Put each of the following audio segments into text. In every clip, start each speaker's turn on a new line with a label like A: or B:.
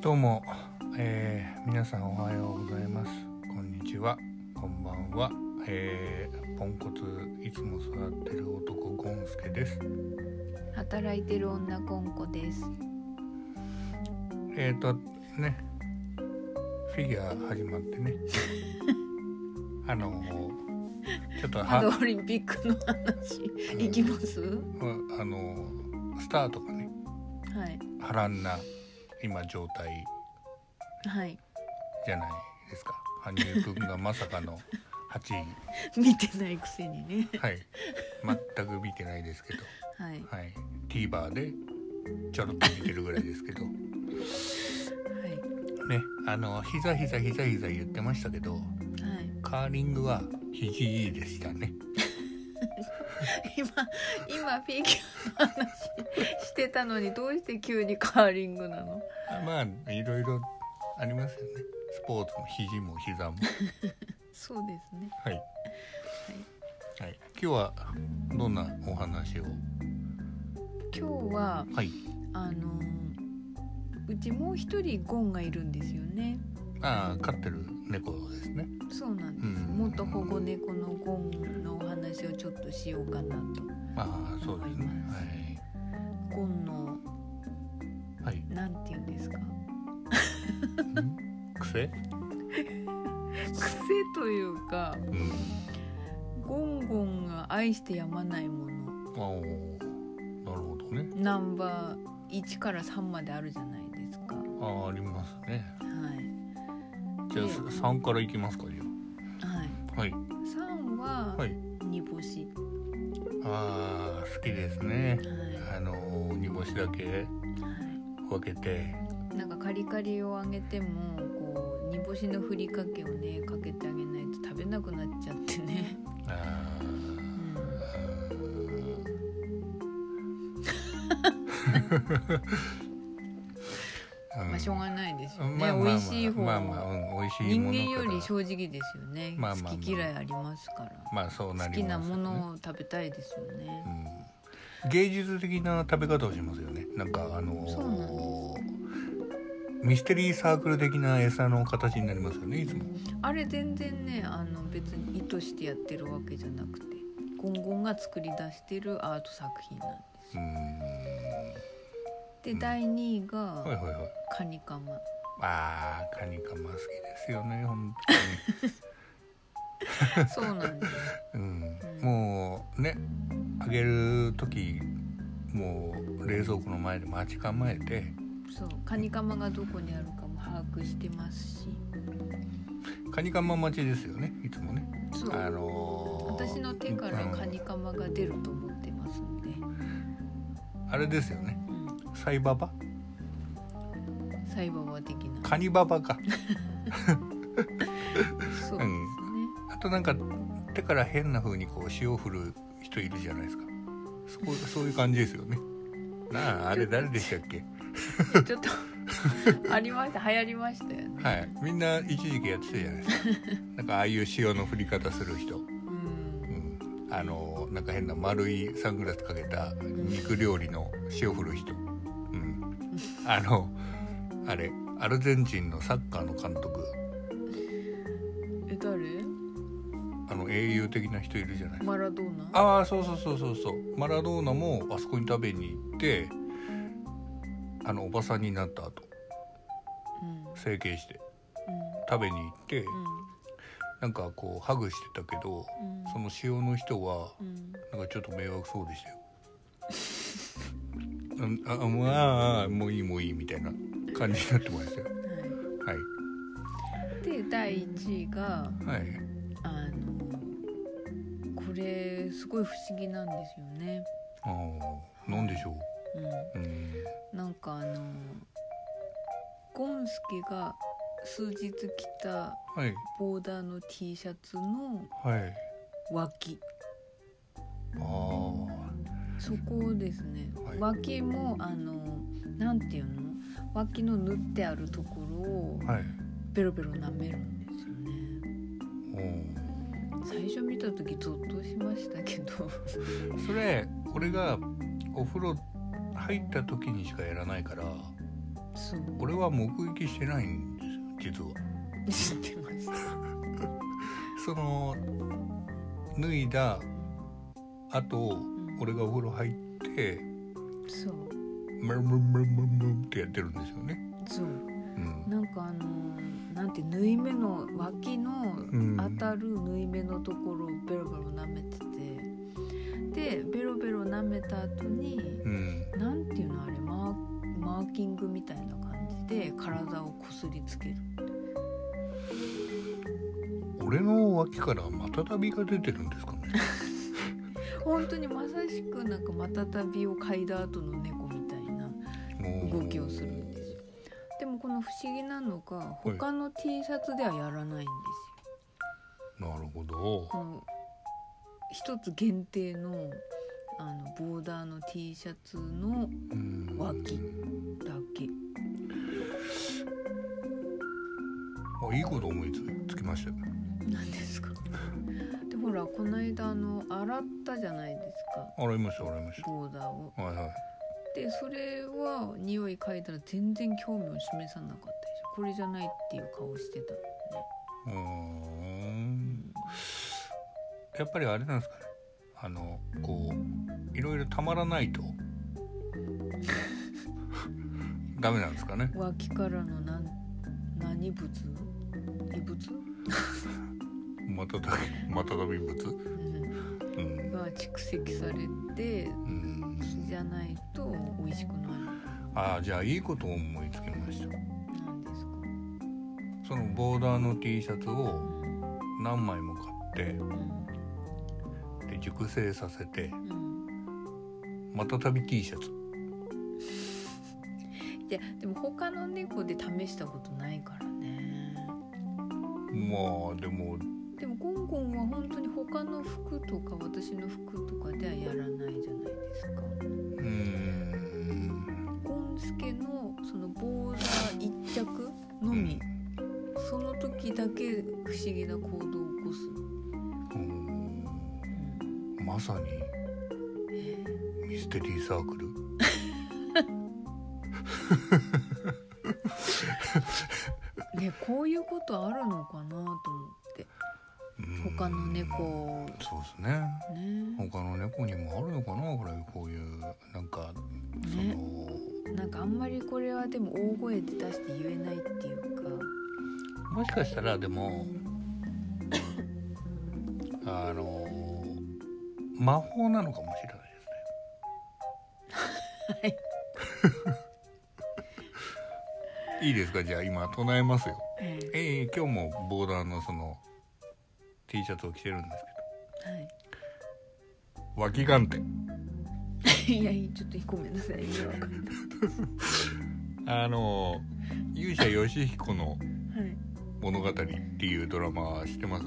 A: どうも、えー皆さんおはようございますこんにちはこんばんは、えーポンコツいつも座ってる男ゴンスケです
B: 働いてる女コンコです。
A: えっ、ー、とねフィギュア始まってね あのちょっと
B: パ
A: は
B: ドオリンピックの話
A: うん
B: いきます？
A: あのスタートがね
B: はい
A: 波乱な今状態
B: はい
A: じゃないですか羽生くんがまさかの8位
B: 見てないくせにね。
A: はい全く見てないですけど
B: はい
A: はい TVer でちょろっと見てるぐらいですけど
B: はい
A: ねあの膝膝膝膝言ってましたけど
B: はい。
A: カーリングは肘でしたね
B: 今今フィギュアの話してたのにどうして急にカーリングなの？
A: まあいろいろありますよねスポーツも肘も膝も
B: そうですね。
A: はい、はい今日はどんなお話を
B: 今日は
A: はい
B: あのうちもう一人ゴンがいるんですよね。
A: ああ飼ってる猫ですね
B: そうなんです。
A: うん
B: 元保護猫のゴンのお話をちょっとしようかなと。
A: ああそうですね
B: ゴンの
A: はいはい
B: なんて言うんですか
A: うん癖
B: 癖というか
A: うん
B: ゴンゴンが愛してやまないもの
A: あおなるほどね
B: ナンバー1から3まであるじゃないですかは
A: ああありますね
B: い
A: じゃあ
B: で
A: 3からいきますかじゃ
B: はい
A: あはい
B: 3は
A: はい
B: 煮干し
A: あー好きですね
B: はい、
A: あのー煮干しだけ
B: は
A: 分けて
B: い、なんかカリカリをあげてもこう煮干しのふりかけをねかけてあげないと食べなくなっちゃって ね、
A: あー
B: うん、
A: あーうん
B: まあしょうがないです よね、
A: まあまあまあ
B: 美味しい方
A: まあまあうん美味しい
B: 人
A: もの
B: 間
A: から
B: より正直ですよね、
A: まあまあまあ
B: 好き嫌いありますから
A: まあそうな
B: 好
A: り
B: き
A: ま
B: な
A: す
B: も
A: よね
B: のを食べたいですよね。
A: うん芸術的な食べ方をしますよねなんかあのー
B: そうなんで
A: ミステリーサークル的な餌の形になりますよねいつも
B: あれ全然ねあの別に意図してやってるわけじゃなくてゴンゴンが作り出してるアート作品なんで
A: うーん
B: す。で、
A: うん
B: 第2位
A: はい
B: が
A: はいはい
B: カニカマ。
A: あーカニカマ好きですよね本
B: そうなんです。
A: 当に、うん
B: うん、
A: もうねあげる時もう冷蔵庫の前で待ち構えて
B: そうカニカマがどこにあるかも把握してますし、
A: カニカマ待ちですよねいつもね
B: そ
A: あ
B: う
A: のー
B: 私の手からカニ
A: う
B: カマが出ると思ってますんで、
A: んあれですよね
B: う
A: サイババ
B: ん、サイババ的な。
A: カニババか
B: そうですね。
A: あとなんか手から変な風にこう塩振る人いるじゃないですかそ こそういう感じですよねなああれ誰でしたっけ
B: ちょっと ありました流行りましたよね。
A: はい、みんな一時期やってたじゃない ですかなんかああいう塩の振り方する人、
B: うん
A: うん、あのなんか変な丸いサングラスかけた肉料理の塩振る人、うん、あのあれアルゼンチンのサッカーの監督
B: え誰
A: あの英雄的な人いるじゃないですか
B: マラドーナ
A: ああそうそうそうそうそうマラドーナもあそこに食べに行ってあのおばさんになった後
B: うん
A: 整形して
B: う
A: 食べに行って
B: ん
A: なんかこうハグしてたけど
B: うん
A: その塩の人は
B: うん
A: なんかちょっと迷惑そうでしたよ。うんああもうああもういいもういいみたいな感じになってましたよ。は
B: は
A: い
B: いで第1位が
A: はい
B: あのこれすごい不思議なんですよね、
A: ああなんでしょ
B: う
A: う。うん
B: ん、なんかあのゴンスケが数日着た
A: はい
B: ボーダーの T シャツの
A: はい
B: 脇
A: ああ
B: そこですね、
A: はい
B: 脇もあのなんていうの脇の縫ってあるところを
A: はい
B: ベロベロ舐めるんですよね
A: お
B: 最初見た時ゾッとしましたけど
A: おそれ俺がお風呂入った時にしかやらないから
B: そう
A: これは目撃してないんですよ実は
B: 知ってます
A: その脱いだあと
B: ん
A: 俺がお風呂入って
B: そう
A: ムルムルムルムルムルってやってるんですよね、
B: そう
A: うん、
B: なんかあのーなんて縫い目の脇の
A: うん
B: 当たる縫い目のところをベロベロ舐めててでベロベロ舐めた後に
A: うん
B: なんていうのあれマーマーキングみたいな感じで体をこすりつける
A: 俺の脇からまたたびが出てるんですかね
B: 本当にまさしくなんかまたたびを嗅いだ後の猫みたいな
A: もう
B: 動きをするんですよでもこの不思議なのが
A: い
B: 他の T シャツではやらないんですよ
A: なるほど
B: この一つ限定のあのボーダーの T シャツの
A: うん
B: 脇だけ
A: あいいこと思いつつきましたよ
B: なんですかでほらこの間あの洗ったじゃないですか
A: 洗いました洗いまし
B: ボーダーを
A: たはいはい
B: でそれは匂い嗅いだら全然興味を示さなかったでしょこれじゃないっていう顔してた
A: うーんやっぱりあれなんですかねあのこういろいろたまらないと ダメなんですかね
B: 脇からの何何物異物、
A: またたまたたび物
B: うん、
A: うん、
B: が蓄積されて
A: うん、
B: じゃないと美味しくない
A: ああじゃあいいことを思いつきました
B: なんですか、
A: そのボーダーの T シャツ
B: う
A: を
B: ん
A: 何枚も買っ
B: うん
A: てで熟成させて
B: うん
A: またたび T シャツ
B: いやでも他の猫で試したことないからね
A: まあでも
B: でもゴンゴンは本当に他の服とか私の服とかではやらないじゃないですか
A: うーん
B: ゴンスケのそのボーダー一着のみ、その時だけ不思議な行動を起こす、
A: うんまさにミステリーサークル
B: ねこういうことあるのかなと思って
A: うん
B: 他の猫を
A: そうですね
B: ね
A: 他の猫にもあるのかなこれこういうなんかその、
B: ねなんかあんまりこれはでも大声で出して言えないっていうか
A: もしかしたらでもあの魔法なのかもしれないで すね はいいいですかじゃあ今唱えますよ
B: はい、
A: ええ今日もボーダーのその T シャツを着てるんですけど脇眼点
B: はい、いやいやちょっとごめんなさい意味わかんない
A: あの勇者ヨシヒコの
B: はい
A: 物語っていうドラマ知ってます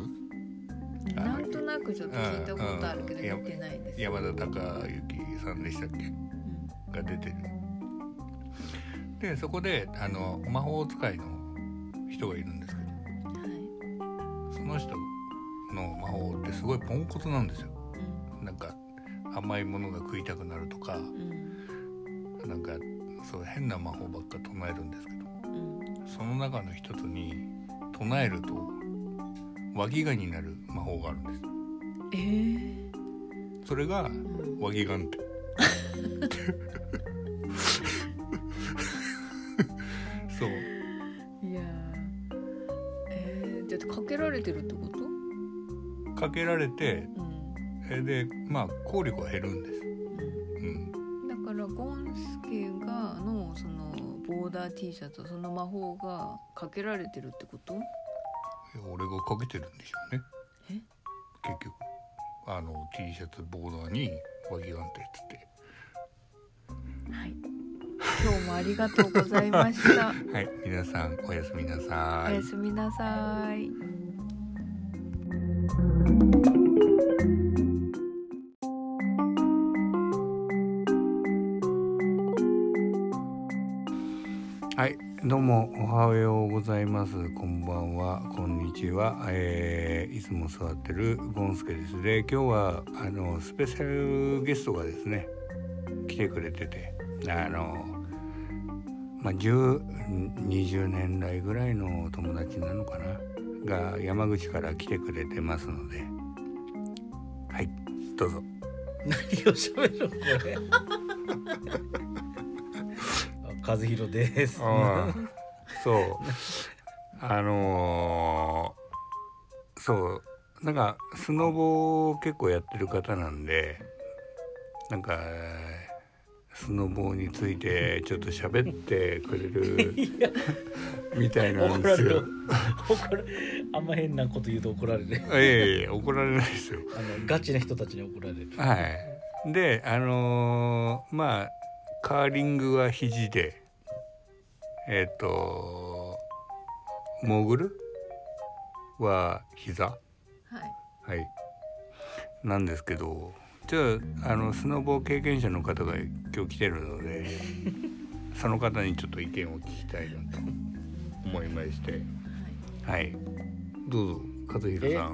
B: なんとなくちょっと聞いたことあるけど
A: うんうん
B: 見てないです。
A: 山田孝之さんでしたっけが出てるでそこであの魔法使いの人がいるんですけ
B: うんはい
A: どその人の魔法ってすごいポンコツなんですよなんか甘いものが食いたくなるとか
B: うん
A: なんかそう変な魔法ばっか唱えるんですけど
B: うんうん
A: その中の一つに唱えると脇がになる魔法があるんです
B: えー
A: それが
B: うん
A: 和ギガンテそう
B: いやーえー、だってかけられてるってこと？
A: かけられて
B: うん
A: えでまあ効力は減るんです、うん、
B: うん、だからゴンスケがのそのボーダー T シャツその魔法がかけられてるってこと？
A: いや俺がかけてるんでしょうね
B: え
A: 結局あの T シャツボーダーに和ギガンテっつって
B: はい。今日もありがとうございました。
A: はい皆さんおやすみなさ
B: お
A: い
B: やすみなさい。
A: はい、どうもおはようございます。こんばんは、こんにちは。えーいつも座ってるゴンスケです。で、今日はあのスペシャルゲストがですね、来てくれてて、あのまあ、1020年来ぐらいのお友達なのかなが山口から来てくれてますのではいどうぞ
C: 何を喋るのこれあ和弘です
A: ああそうあのーそうなんかスノボを結構やってる方なんでなんかスノボについてちょっと喋ってくれる
C: いや
A: みたいなん
C: 怒
A: で
C: ら
A: す
C: れ
A: よ
C: る。怒らあんま変なこと言うと怒られる
A: いやいや怒られないですよ。
C: あのガチな人たちに怒られる
A: はい。で、あのーまあカーリングは肘で、えっ、とモーグルは膝。
B: はい
A: はい。なんですけど、ちょっとあのスノボ経験者の方が今日来てるので、 その方にちょっと意見を聞きたいなと思いまして、は
B: はい
A: い。どうぞ和弘さん。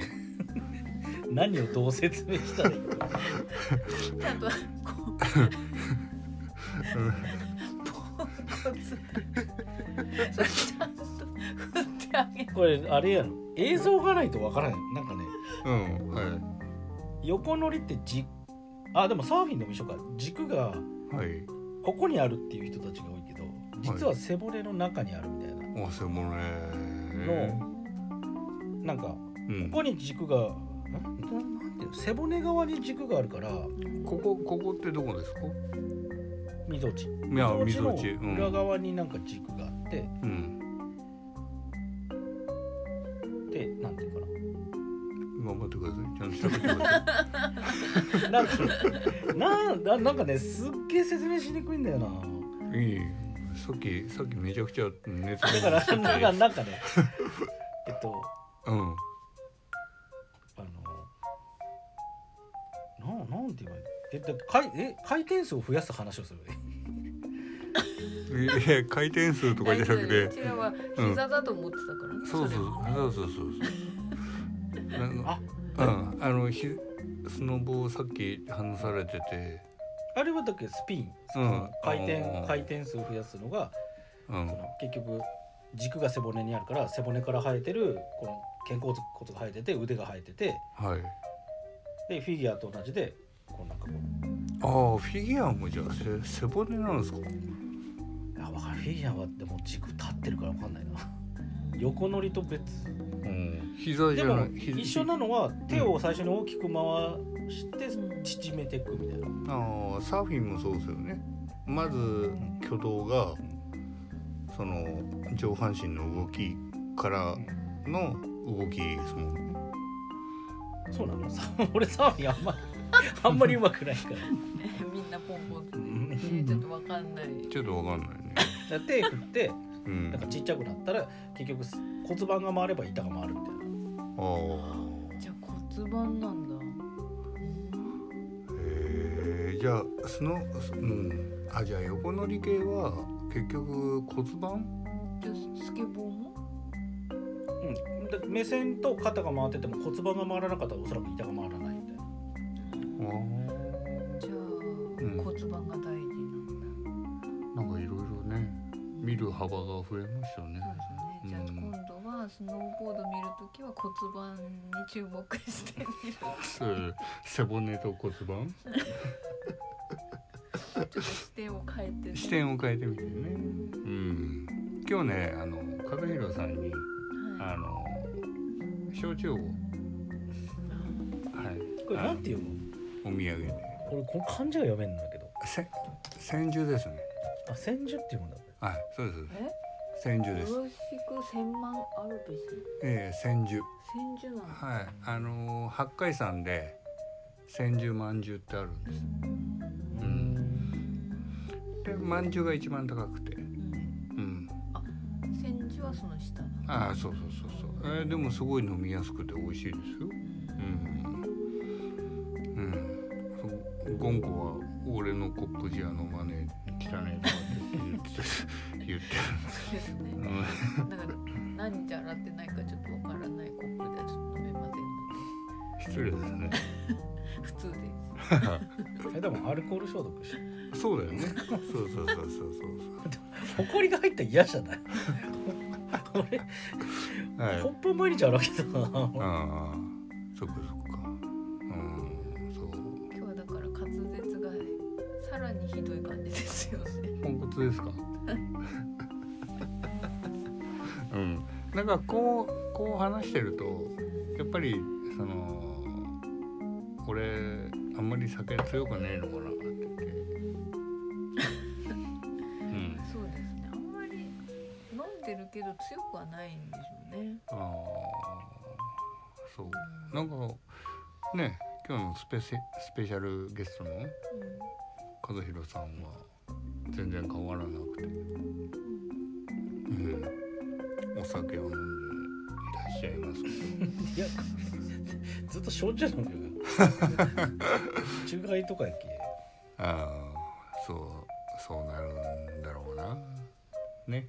C: 何をどう説明したらいいの
B: ちゃんとこうポンコツそれちゃんと振ってあげる
C: これあれやの映像がないとわからないなんかね
A: うん、はい。
C: 横乗りって軸あでもサーフィンでも一緒か軸が
A: はい。
C: ここにあるっていう人たちが多いけど実は背骨の中にあるみたいな、
A: お背骨
C: のなんか
A: うん
C: ここに軸がんななんていうの背骨側に軸があるから
A: ここここってどこですか？
C: 溝落ち
A: いや
C: 溝
A: 溝
C: 落
A: 落ち。
C: ち
A: う
C: の裏
A: ん。
C: 側になんか軸があって、
A: うん。
C: でなんていうか
A: 頑張ってください。ちゃんと喋ってくださ。
C: ななんかなんななんかねすっげえ説明しにくいんだよない
A: いい。さっきさっきめちゃくちゃ熱
C: だ からなんかなんかねえっと
A: うん。
C: あのななんて言えばいいのえだって回え回転数を増やす話をするね
A: いや回転数とかじゃなく
B: 大
A: て
B: 丈夫。うちらは膝だと思ってたからね
A: そう
B: れ
A: そう
B: は
A: そうそうそうそう。
C: あ
A: あ、うん、あのひスノボをさっき話されてて、
C: あれはだっけスピン、
A: うん
C: 回転
A: あー
C: 回転数を増やすのが
A: うん
C: そ、の結局軸が背骨にあるから背骨から生えてるこの肩甲骨が生えてて腕が生えてて
A: はい。
C: でフィギュアと同じでこうなんかこう
A: ああ、フィギュアもじゃあ背背骨なんですか？
C: あ分かるフィギュアはでも軸立ってるから分かんないな横乗りと別
A: うん。膝じ
C: で
A: ゃな
C: も
A: い。ひ
C: 一緒なのは手を最初に大きく回して
B: うん
C: 縮めていくみたいな
A: あのサーフィンもそうですよねまず挙動がその上半身の動きからの動きですもんね
C: そうなのさ 俺サーフィンあんまあんまりうまくないから
B: みんなポンポンって
A: ん
B: ねちょっとわかんない
A: ちょっとわかんない ね
C: だから手振って
A: うん
C: なんかちっちゃくなったら結局す骨盤が回れば板が回るみたいな
A: あ
B: じゃあ骨盤なんだ
A: あへえじゃあそのうんあじゃあ横乗り系は結局骨盤
B: じゃあスケボーも
C: うん、で目線と肩が回ってても骨盤が回らなかったらおそらく板が回らないみたいな
A: あ
B: じゃあ、
A: ん
B: 骨盤が大事なんだ
A: あなんかいろいろね見る幅が増えましたね
B: そうですねじゃあ
A: うん
B: 今度はスノーボード見るときは骨盤に注目してみる
A: そう背骨と骨盤
B: ちょっと視点を変えて、ね、
A: 視点を変えてみてねうん今日ねあの和弘さんに
B: はい
A: あの焼酎を、はい、
C: これ
A: あの
C: なんていうの
A: お土産で
C: 俺この漢字が読めんだけど
A: せ千住ですね
C: あ千住っていうんだこ
A: はいそうですそうで
B: え
A: す千住
B: よ
A: です
B: ろしく千万アルプス
A: ええ千住
B: 千住なんだ
A: はいあの八海山で千住饅頭ってあるんです
C: れ
A: うんで饅頭が一番高くて
B: うん
A: うん
B: 千住はその下だ
A: ああそうそうそうそう、えーでもすごい飲みやすくて美味しいですようん、うん、ゴンゴは俺のコップじゃ飲まねえ汚いとかって言って言って
B: そうですね
A: る、うん
B: だから何じゃ洗ってないかちょっとわからないコップではちょっと飲めませんの
A: 失礼ですね
B: で普通です
C: えでもアルコール消毒し
A: そうだよね。そうそうそうそう
C: ほこりが入ったら嫌じゃない俺、
A: そう。はい。
C: ほっぽん毎日洗うけどな
A: ああ、そっかそっか。うん、そう。
B: 今日だから滑舌がさらにひどい感じですよね。
A: ポンコツですか。うん。なんかこうこう話してるとやっぱりその俺あんまり酒強くねえのかなって言って。うん。
B: そうですね。あんまり飲んでるけど強くはないんでしょうね。
A: ああそうなんかね今日のスペシスペシャルゲストの和弘さんは全然変わらなくて、うんお酒を飲んでいらっしゃいますけ
C: いや ずっと焼酎飲むよ 中外とかやっけ
A: どああそうそうなるんだろうなね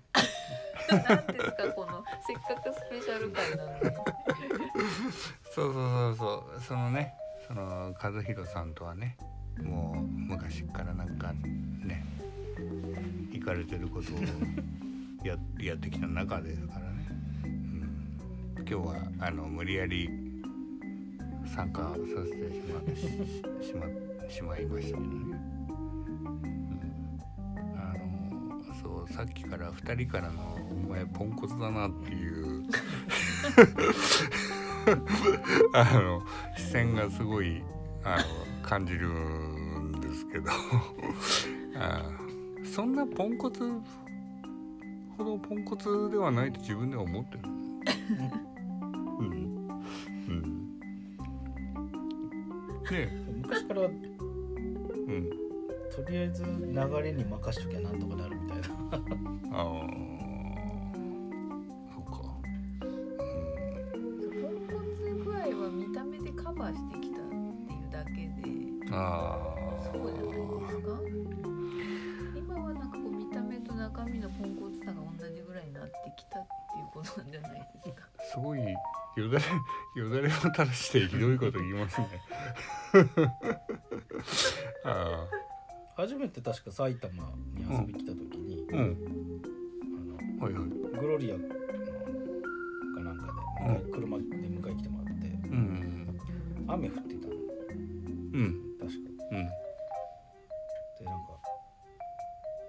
B: うん。なんですかこのせっかくスペシャル会なのに。
A: そうそうそうそうそのねその和弘さんとはねもう昔からなんかね行かれてることをややってきた中ですからね、うん、今日はあの無理やり参加させてしまししましまいましたけどね、うん、あのそうさっきから2人からの「お前ポンコツだな」っていう。あの視線がすごいあの感じるんですけど あーそんなポンコツほどポンコツではないと自分では思ってる。うんうんね
C: 昔から
A: えうん
C: とりあえず流れに任しときゃなんとかなるみたいな
A: あのそっか
B: ポンコツ具合は見た目でカバーしてきたっていうだけで
A: うんああ
B: そうじゃないですか今はなんかこう見た目と中身のポンコツさが同じぐらいになってきたっていうことなんじゃないですか
A: すごいよだれよだれを垂らしてひどいこと言いますね。 あ
C: 初めて確か埼玉に遊び来た時に、
A: あ、うん、はいはい、
C: あのグロリアのかなんかで迎え車で迎え来てもらって
A: うん、
C: 雨降ってたの
A: うん、
C: 確か
A: うん、
C: でなんか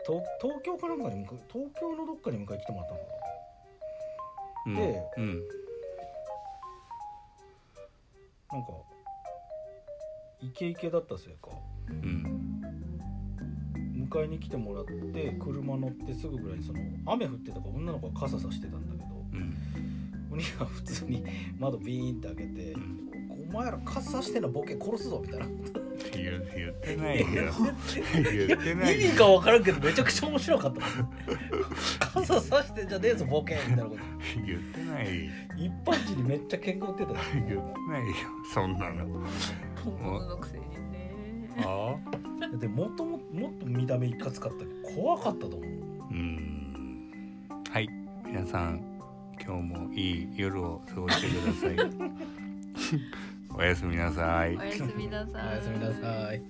C: 東東京かなんかで迎え東京のどっかに迎え来てもらったのか
A: うん、
C: で
A: うん、
C: ななんかイケイケだったせいか
A: うん、
C: 迎えに来てもらって車乗ってすぐぐらいにその雨降ってたから女の子が傘さしてたんだけど
A: うん、
C: お兄が普通に窓ビーンって開けて
A: うん
C: 「お前ら傘さしてんのボケ殺すぞ」みたいな
A: 言う言ってないよ。言ってない
C: 意味が分からんけどめちゃくちゃ面白かった傘さしてんじゃねえぞボケみたいなこと
A: 言ってない。
C: 一般人にめっちゃ喧嘩売ってたよ
A: 言ってないよ。そんなの。
B: ポンコツのくせにね
A: あ
C: でもとももっと見た目いかつかったけど怖かったと思う
A: あ、うん。はい、皆さん、今日もいい夜を過ごしてください。おやすみなさい
B: お。やすみな
C: お
B: さい
C: やすみなさい